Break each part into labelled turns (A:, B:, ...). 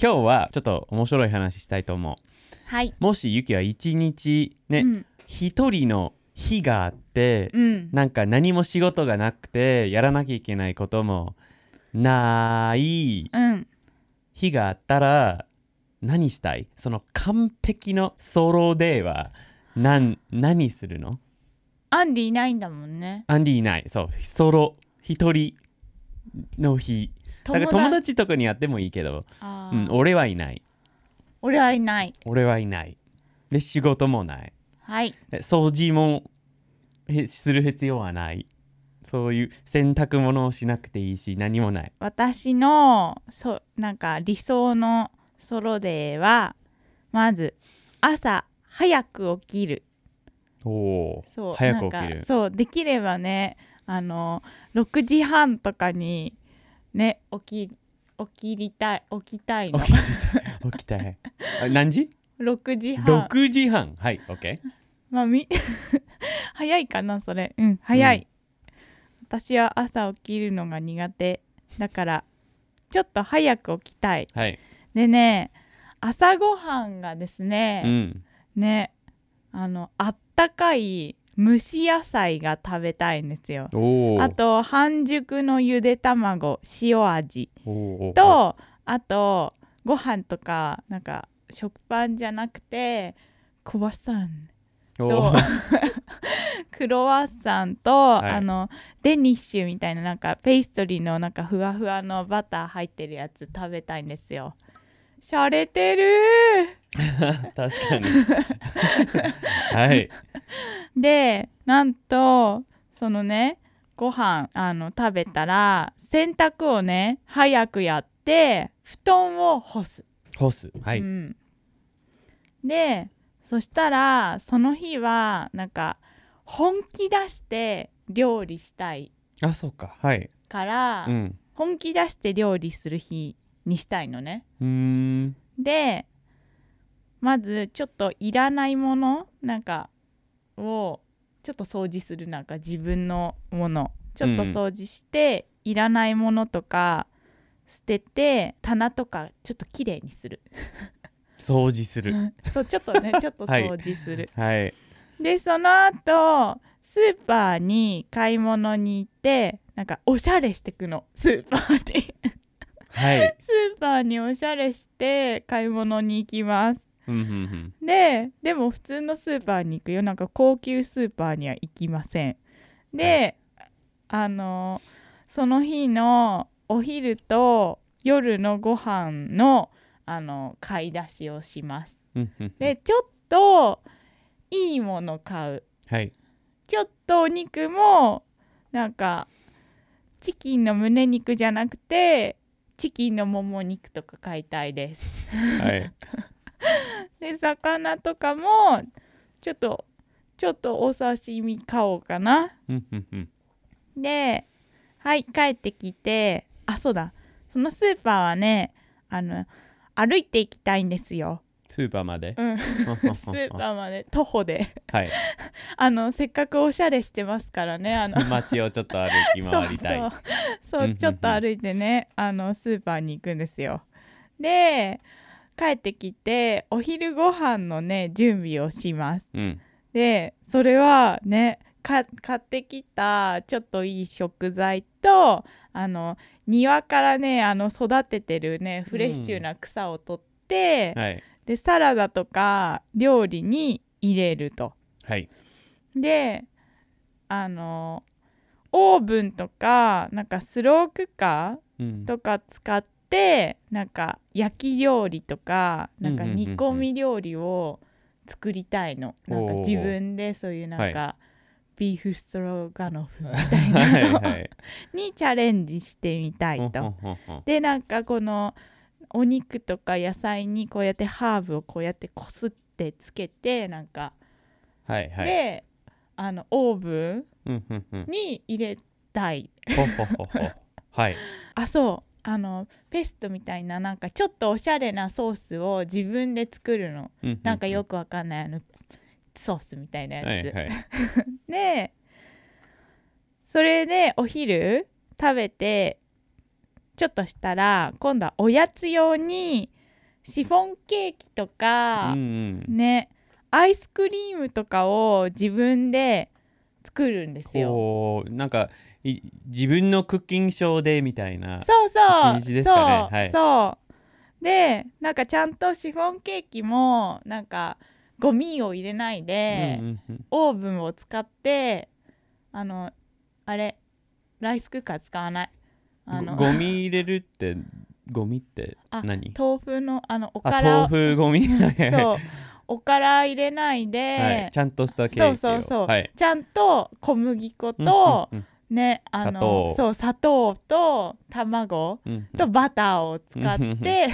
A: 今日はちょっと面白い話したいと思う
B: はい。
A: もしゆきは一日ね
B: うん。
A: 一、人の日があって、
B: うん。
A: なんか何も仕事がなくてやらなきゃいけないこともない
B: うん。
A: 日があったら何したいその完璧のソロデーはなん何するの
B: アンディいないんだもんね。
A: アンディいないそうソロ一人の日だから友達とかにやってもいいけど、
B: あ
A: うん、
B: ー
A: 俺はいない
B: 俺はいない。
A: 俺はいないで仕事もない
B: はい。
A: で掃除もへする必要はないそういう洗濯物をしなくていいし何もない
B: 私のそなんか理想のソロデーはまず朝早く起きる。
A: おお
B: そう
A: 早く起き
B: なん
A: る
B: かそうできればねあの6時半とかにね起き起きりたい起きたいの
A: 起き起きたいあ何時
B: 6時半
A: ?6 時半はい OK
B: まあみ 早いかなそれうん早い、私は朝起きるのが苦手だからちょっと早く起きたい
A: はい
B: でね朝ごはんがです
A: う
B: ね、
A: ん
B: ねあのあったかい蒸し野菜が食べたいんですよ
A: お
B: あと半熟のゆで卵塩味
A: おー
B: とあとご飯とかなんか食パンじゃなくてクワッサン
A: お
B: と
A: ー
B: クロワッサンと、
A: い
B: あのデニッシュみたいななんかペイストリーのなんかふわふわのバター入ってるやつ食べたいんですよ。しゃれてる
A: 確 かにはい
B: でなんとそのねご飯あの食べたら洗濯をね早くやって布団を干す。
A: 干すはい、
B: うん、でそしたらその日はなんか本気出して料理したい
A: あそうかはい
B: から、
A: うん
B: 本気出して料理する日にしたいのね。
A: うーん
B: でまずちょっといらないものなんかをちょっと掃除するなんか自分のものちょっと掃除して、いらないものとか捨てて棚とかちょっときれいにする
A: 掃除する
B: そうちょっとね ちょっと
A: はい
B: 掃除する、
A: はい
B: でその後スーパーに買い物に行ってなんかおしゃれしてくのスーパーに
A: はい
B: スーパーにおしゃれして買い物に行きます
A: うんうんうん
B: ででも普通のスーパーに行くよなんか高級スーパーには行きませんで、あのその日のお昼と夜のご飯のあの買い出しをします
A: うんうんうん
B: でちょっといいもの買う
A: はい
B: ちょっとお肉もなんかチキンの胸肉じゃなくてチキンのもも肉とか買いたいです
A: はい
B: で魚とかもちょっとちょっとお刺身買おうかな
A: うんうんうん
B: ではい帰ってきてあそうだそのスーパーはねあの歩いていきたいんですよ、
A: スーパーまで
B: うん、スーパーまで徒歩で
A: はい
B: あのせっかくおしゃれしてますからねあの
A: 街をちょっと歩き回りたい
B: そ
A: う
B: うそう
A: ん
B: そ
A: うんう
B: うんちょっと歩いてねあのスーパーに行くんですよで帰ってきてお昼ご飯のね準備をします
A: うん
B: でそれはねか買ってきたちょっといい食材とあの庭からねあの育ててるねフレッシュな草を取って、
A: はい
B: でサラダとか料理に入れると
A: はい
B: であのオーブンとかなんかスロークッカ
A: うん
B: ーとか使ってなんか焼き料理とかなんか
A: うんうんうんうん
B: 煮込み料理を作りたいの、なん
A: お
B: か
A: ー
B: 自分でそういうなんか、
A: は
B: ビーフストロガノフみた い
A: は
B: ないの、
A: はい
B: にチャレンジしてみた
A: ほん
B: いと。
A: ほんほんほん
B: でなんかこのお肉とか野菜にこうやってハーブをこうやってこすってつけてなんか、
A: はいはい
B: であのオーブン
A: うんうんうん
B: に入れたい
A: ほほほほはい
B: あそうあのペストみたいななんかちょっとおしゃれなソースを自分で作るの
A: ううう
B: なんかよくわかんないあのソースみたいなやつ、
A: はいはい
B: でそれでお昼食べてちょっとしたら今度はおやつ用にシフォンケーキとか
A: う、ん
B: ねアイスクリームとかを自分で作るんです
A: うん、
B: よ。
A: こうなんかい自分のクッキングショーでみたいな
B: そうそう、
A: 一日ですかね
B: そう、
A: はい
B: そうでなんかちゃんとシフォンケーキもなんかゴミを入れないで、
A: うんうんうん
B: オーブンを使ってあのあれライスクッカー使わないあの
A: ごゴミ入れるってゴミって何
B: 豆腐のあのお
A: あ
B: からを
A: 豆腐ゴミ
B: そうおから入れないで、
A: はい、ちゃんとしたケーキ
B: そ
A: を
B: うそうそう、
A: はい、
B: ちゃんと小麦粉
A: うん
B: と、
A: うん
B: ねあ
A: 砂糖
B: のそう砂糖と卵
A: うんうん
B: とバターを使っ
A: うん
B: て、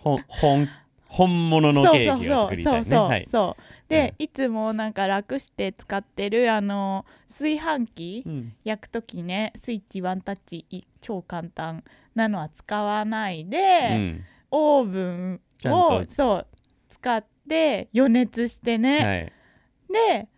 A: ほんほん本物のケーキを作りたいね
B: そうそうそうそうそう、
A: はい
B: そうで、いつもなんか楽して使ってるあの炊飯器
A: うん
B: 焼く時ねスイッチワンタッチい超簡単なのは使わないで、
A: うん
B: オーブン
A: ちゃん
B: を
A: と
B: そう使って予熱してね、
A: はい、
B: で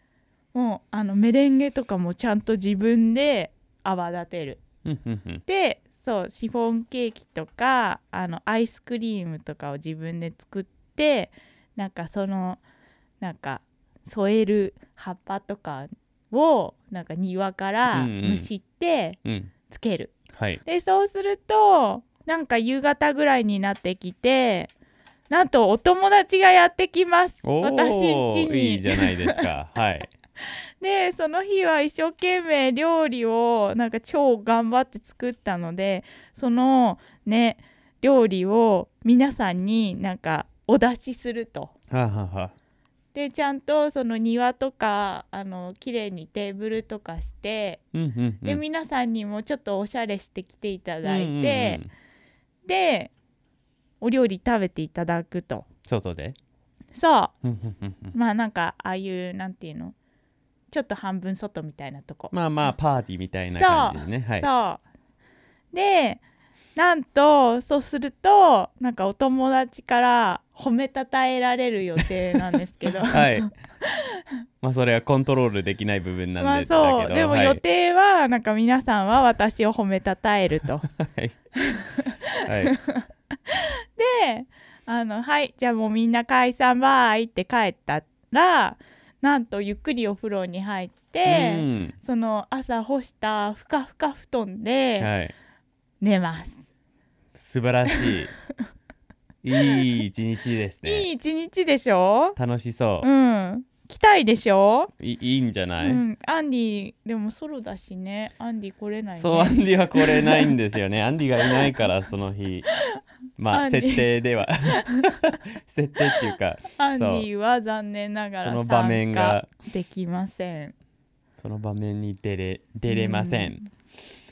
B: もうあのメレンゲとかもちゃんと自分で泡立てる
A: うんうんうん
B: でそうシフォンケーキとかあのアイスクリームとかを自分で作ってなんかそのなんか添える葉っぱとかをなんか庭から
A: うんうん
B: むしって
A: うん
B: つける、
A: はい
B: でそうするとなんか夕方ぐらいになってきてなんとお友達がやってきます
A: おー
B: 私んちに
A: いいじゃないです かはい
B: でその日は一生懸命料理をなんか超頑張って作ったのでそのね料理を皆さんになんかお出しすると。
A: はあはあは
B: でちゃんとその庭とかあの綺麗にテーブルとかして、
A: うんうんうん
B: で皆さんにもちょっとおしゃれしてきていた
A: う
B: だいて、
A: んうんうん
B: でお料理食べていただくと。
A: 外で
B: そ
A: うんうんうんうん
B: うまあなんかああいうなんていうのちょっと半分外みたいなとこ。
A: まあまあパーティーみたいな感じでねはい
B: そうでなんとそうするとなんかお友達から褒めたたえられる予定なんですけど
A: はいまあそれはコントロールできない部分な
B: ま
A: ん
B: あ
A: でだ
B: そう
A: けど
B: でも
A: はい
B: 予定はなんか皆さんは私を褒めたたえると
A: はい
B: であのはいじゃあもうみんな解散バイって帰ったらなんとゆっくりお風呂に入っ
A: う
B: て
A: ん
B: その朝干したふかふか布団で
A: はい
B: 寝ます、
A: 素晴らし いいい一日ですね
B: いい一日でしょ
A: 楽しそう
B: う、ん来たいでしょ
A: いいいんじゃない、
B: うん、アンディでもソロだしねアンディ来れないね
A: そうアンディはこれないんですよねアンディがいないからその 日ま
B: アン
A: あ
B: ディ
A: 設定 では設定っていうか
B: アンディは残念なが
A: そ
B: ら
A: の
B: 参
A: 場面
B: 加
A: が
B: できません
A: その場面に出れ出れません、
B: うん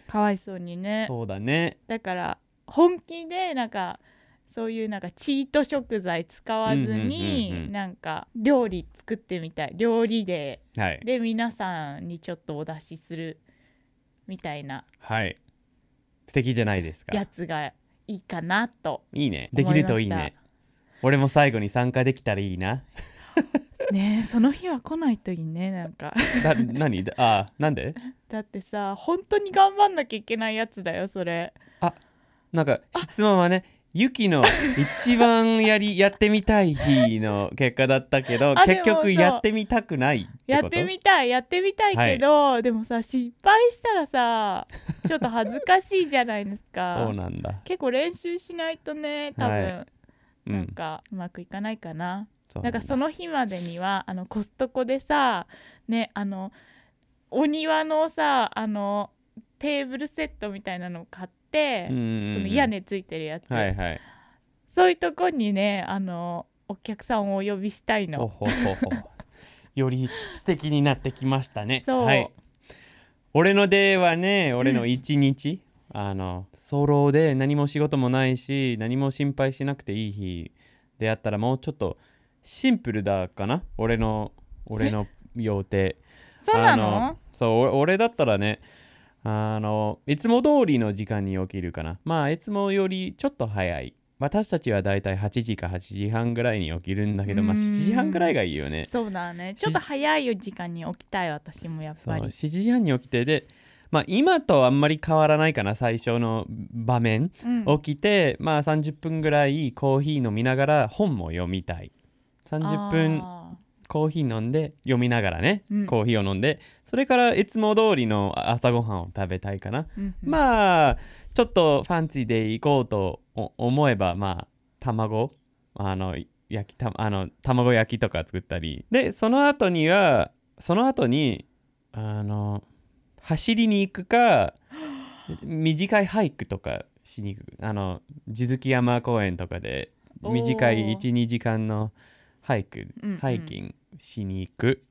B: かわいそうにね
A: そうだね
B: だから本気でなんかそういうなんかチート食材使わずに、
A: うんうんうんうん
B: なんか料理作ってみたい料理で
A: はい
B: で皆さんにちょっとお出しするみたいな
A: はい素敵じゃないですか
B: やつがいいかな と
A: いいね
B: 思
A: で
B: いま
A: き
B: した
A: るといいね俺も最後に参加できたらいいな
B: ねえその日は来ないといいねなんか
A: だ何 だあなんで
B: だってさ本当に頑張んなきゃいけないやつだよそれ
A: なんか質問はねユキの一番やりやってみたい日の結果だったけど
B: あでも
A: 結局やってみたくないって
B: や
A: こと
B: ってみたいやってみたいけど、でもさ失敗したらさちょっと恥ずかしいじゃないですか
A: そうなんだ
B: 結構練習しないとね多分、
A: はう
B: なん
A: ん
B: かうまくいかないかな、
A: そう
B: なんかその日までにはあのコストコでさねあのお庭のさあのテーブルセットみたいなのを買って、そ
A: の
B: の屋根ついてるやつ、
A: はいはい
B: そういうとこにねあのお客さんをお呼びしたいの
A: ほほほほより素敵になってきましたね
B: そう
A: はい俺のデーはね俺の一日、あのソロで何も仕事もないし何も心配しなくていい日であったらもうちょっとシンプルだかな俺の俺の予定
B: そうな
A: あ
B: の
A: そう俺俺だったらねあのいつも通りの時間に起きるかなまあいつもよりちょっと早い私たちはだいたい8時か8時半ぐらいに起きるんだけどまあ
B: うーん
A: 7時半ぐらいがいいよね
B: そうだね
A: し
B: ちょっと早い時間に起きたい私もやっ
A: そう
B: ぱり
A: 7時半に起きてでまあ、今とあんまり変わらないかな最初の場面
B: うん
A: 起きて、まあ、30分ぐらいコーヒー飲みながら本も読みたい30分
B: あ
A: コーヒー飲んで読みながらね、
B: うん
A: コーヒーを飲んでそれからいつも通りの朝ごはんを食べたいかな、
B: ーうんうん
A: まあちょっとファンシーで行こうとお思えばまあ卵あの焼きたあの卵焼きとか作ったりでその後にはその後にあの走りに行く か短いハイクとかしに行くあの地月山公園とかで短い
B: おー
A: 12時間のハイク
B: うんうん
A: ハイキングしに行く。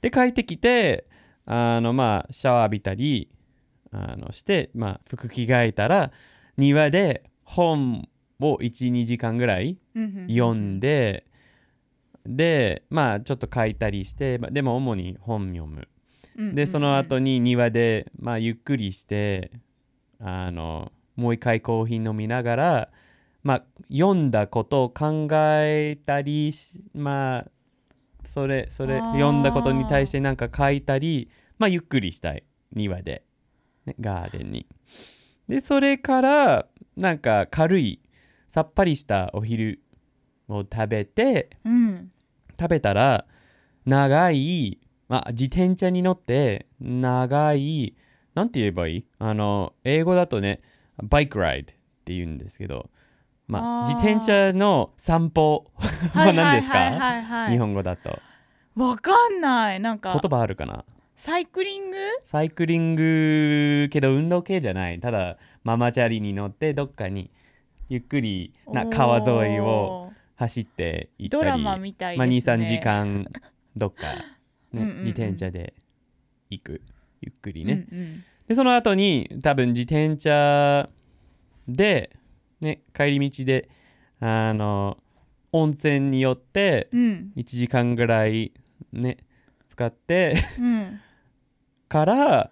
A: で帰ってきてあのまあシャワー浴びたりあのして、まあ、服着替えたら庭で本を12時間ぐらい
B: うんうんうん
A: 読んで、でまあちょっと書いたりして、まあでも主に本読む。
B: うんうんうん
A: でその後に庭で、まあ、ゆっくりしてあのもう一回コーヒー飲みながら、まあ、読んだことを考えたりしまあそれそれ
B: あー
A: 読んだことに対してなんか書いたり、まあ、ゆっくりしたい庭で、ね、ガーデンに。でそれからなんか軽いさっぱりしたお昼を食べて
B: うん
A: 食べたら長い、まあ、自転車に乗って長いなんて言えばいいあの英語だとねバイクライドって言うんですけど、まあ、
B: あー
A: 自転車の散歩は 何です
B: はい
A: か
B: はいはいはい
A: 日
B: はい
A: 本語だと
B: わかんないなんか
A: 言葉あるかな
B: サイクリング
A: サイクリングけど運動系じゃないただママチャリに乗ってどっかにゆっくりな川沿いを
B: おー
A: 走って行った
B: ド
A: り
B: ラマみたい
A: ま
B: で
A: あ、
B: すね
A: 23時間どっか、ね、
B: うんうんうん
A: 自転車で行くゆっくりね、
B: うんうん
A: でその後に多分自転車で、ね、帰り道であの温泉によって
B: うん
A: 1時間ぐらいね使って
B: うん
A: から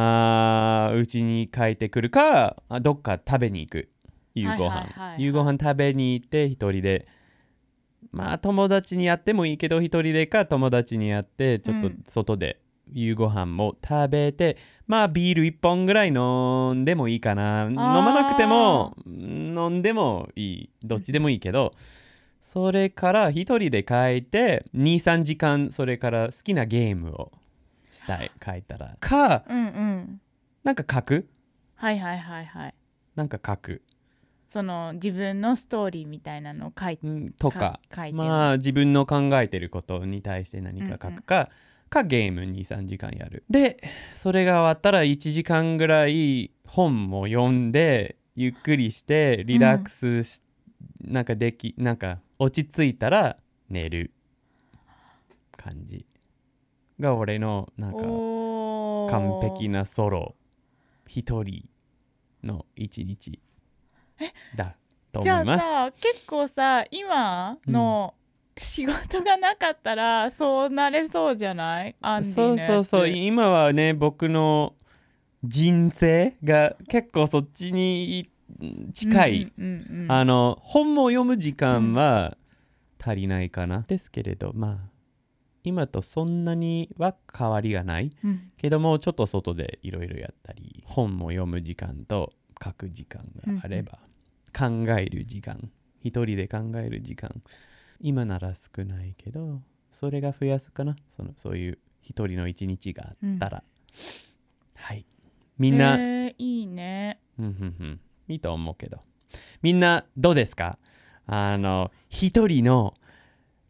A: あー家に帰ってくるかあどっか食べに行く夕ご飯、
B: はいはいはいはい
A: 夕ご飯食べに行って一人でまあ友達にやってもいいけど一人でか友達にやってちょっと
B: うん
A: 外で夕ご飯も食べて、まあビール1本ぐらい飲んでもいいかな飲まなくても飲んでもいいどっちでもいいけどそれから一人で帰って23時間それから好きなゲームをしたい書いたらか
B: うんうん
A: なんか書く
B: はいはいはいはい
A: なんか書く、
B: その自分のストーリーみたいなのを書い
A: うんとか
B: 書いて
A: まあ自分の考えてることに対して何か書くか、かゲーム23時間やるでそれが終わったら1時間ぐらい本も読んでゆっくりしてリラックスし、なんかできなんか落ち着いたら寝る感じが俺のなんか
B: おー
A: 完璧なソロ一人の一日だと
B: じ
A: 思い
B: ゃあ
A: ます。
B: さ結構さ今の仕事がなかったら、そうなれそうじゃないアンディ
A: そ
B: の
A: う
B: やつ
A: そうそう今はね僕の人生が結構そっちに近い、
B: うんうんうんうん
A: あの本も読む時間は足りないかなですけれどまあ今とそんなには変わりがない
B: うん
A: けどもちょっと外でいろいろやったり本も読む時間と書く時間があれば、考える時間一人で考える時間今なら少ないけどそれが増やすかなそのそういう一人の一日があったら、はいみんな、
B: えーいいね
A: うんうんうんいいと思うけどみんなどうですかあの一人の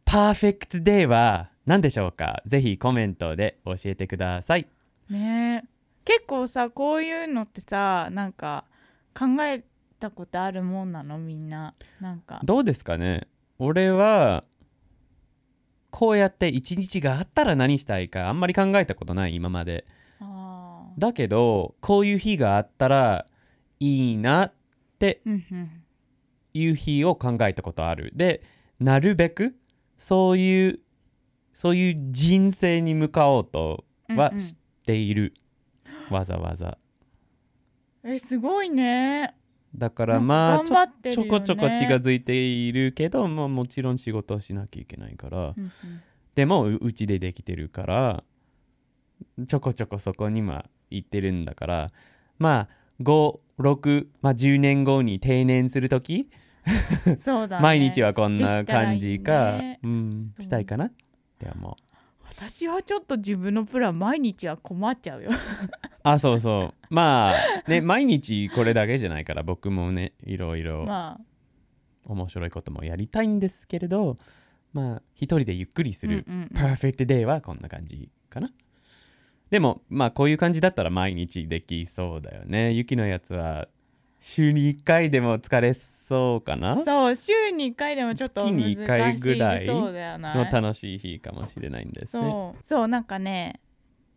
A: パーフェクトデーは何でしょうかぜひコメントで教えてください
B: ね結構さこういうのってさなんか考えたことあるもんなのみんななんか
A: どうですかね俺はこうやって一日があったら何したいかあんまり考えたことない今まで
B: あー
A: だけどこういう日があったらいいなって
B: うんうん
A: いう日を考えたことあるでなるべくそういうそういう人生に向かおうとは
B: うんうん
A: している、わざわざ
B: えすごいね
A: だから
B: な
A: まあ
B: ん
A: ち
B: か
A: ょ
B: 頑張ってる
A: ち
B: よ
A: ょ
B: ね
A: こちょこ近づいているけど、まあ、もちろん仕事をしなきゃいけないから
B: うんうん
A: でもううちでできてるからちょこちょこそこには言ってるんだからまあ56、まあ、10年後に定年する時、
B: そうだね
A: 毎日はこんな感じか
B: できたらいいね
A: うん、
B: そう
A: したいかなって思う
B: 私はちょっと自分のプラン毎日は困っちゃうよ
A: あそう そうまあね毎日これだけじゃないから僕もねいろいろ
B: まあ
A: 面白いこともやりたいんですけれどまあ一人でゆっくりする
B: うんうんうん
A: パーフェクトデイはこんな感じかなでもまあこういう感じだったら毎日できそうだよねゆきのやつは週に1回でも疲れそうかな
B: そう週に1回でもちょっと
A: 月に一回
B: 難しい
A: ぐらい
B: そうだよな
A: の楽しい日かもしれないんですね
B: そうそうなんかね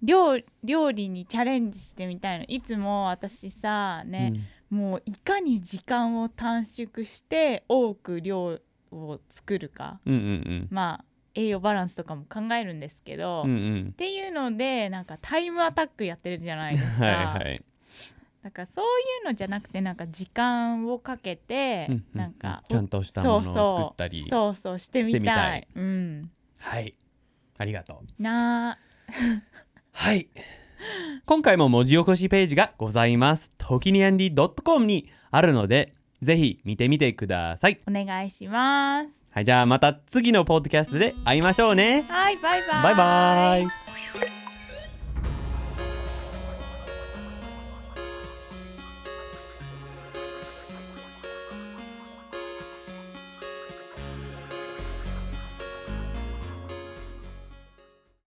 B: 料料理にチャレンジしてみたいのいつも私さ
A: う
B: ね、
A: ん
B: もういかに時間を短縮して多く量を作るか
A: うんうん
B: まあ栄養バランスとかも考えるんですけど、
A: うんう
B: っ
A: ん
B: ていうのでなんかタイムアタックやってるじゃな
A: う
B: い
A: ん
B: ですか。
A: はいはい
B: だからそういうのじゃなくてなんか時間をかけて、
A: うんうんうん
B: なんか
A: ちゃんとしたものを作ったり
B: そうそうそうそうしてみたい
A: してみたい
B: うん
A: はいありがとう
B: な
A: はい。今回も文字起こしページがございます。ときに andy.com にあるので、ぜひ見てみてください。
B: お願いします
A: はい、じゃあまた次のポッドキャストで会いましょうね。
B: はいバイバイ
A: バイバイ。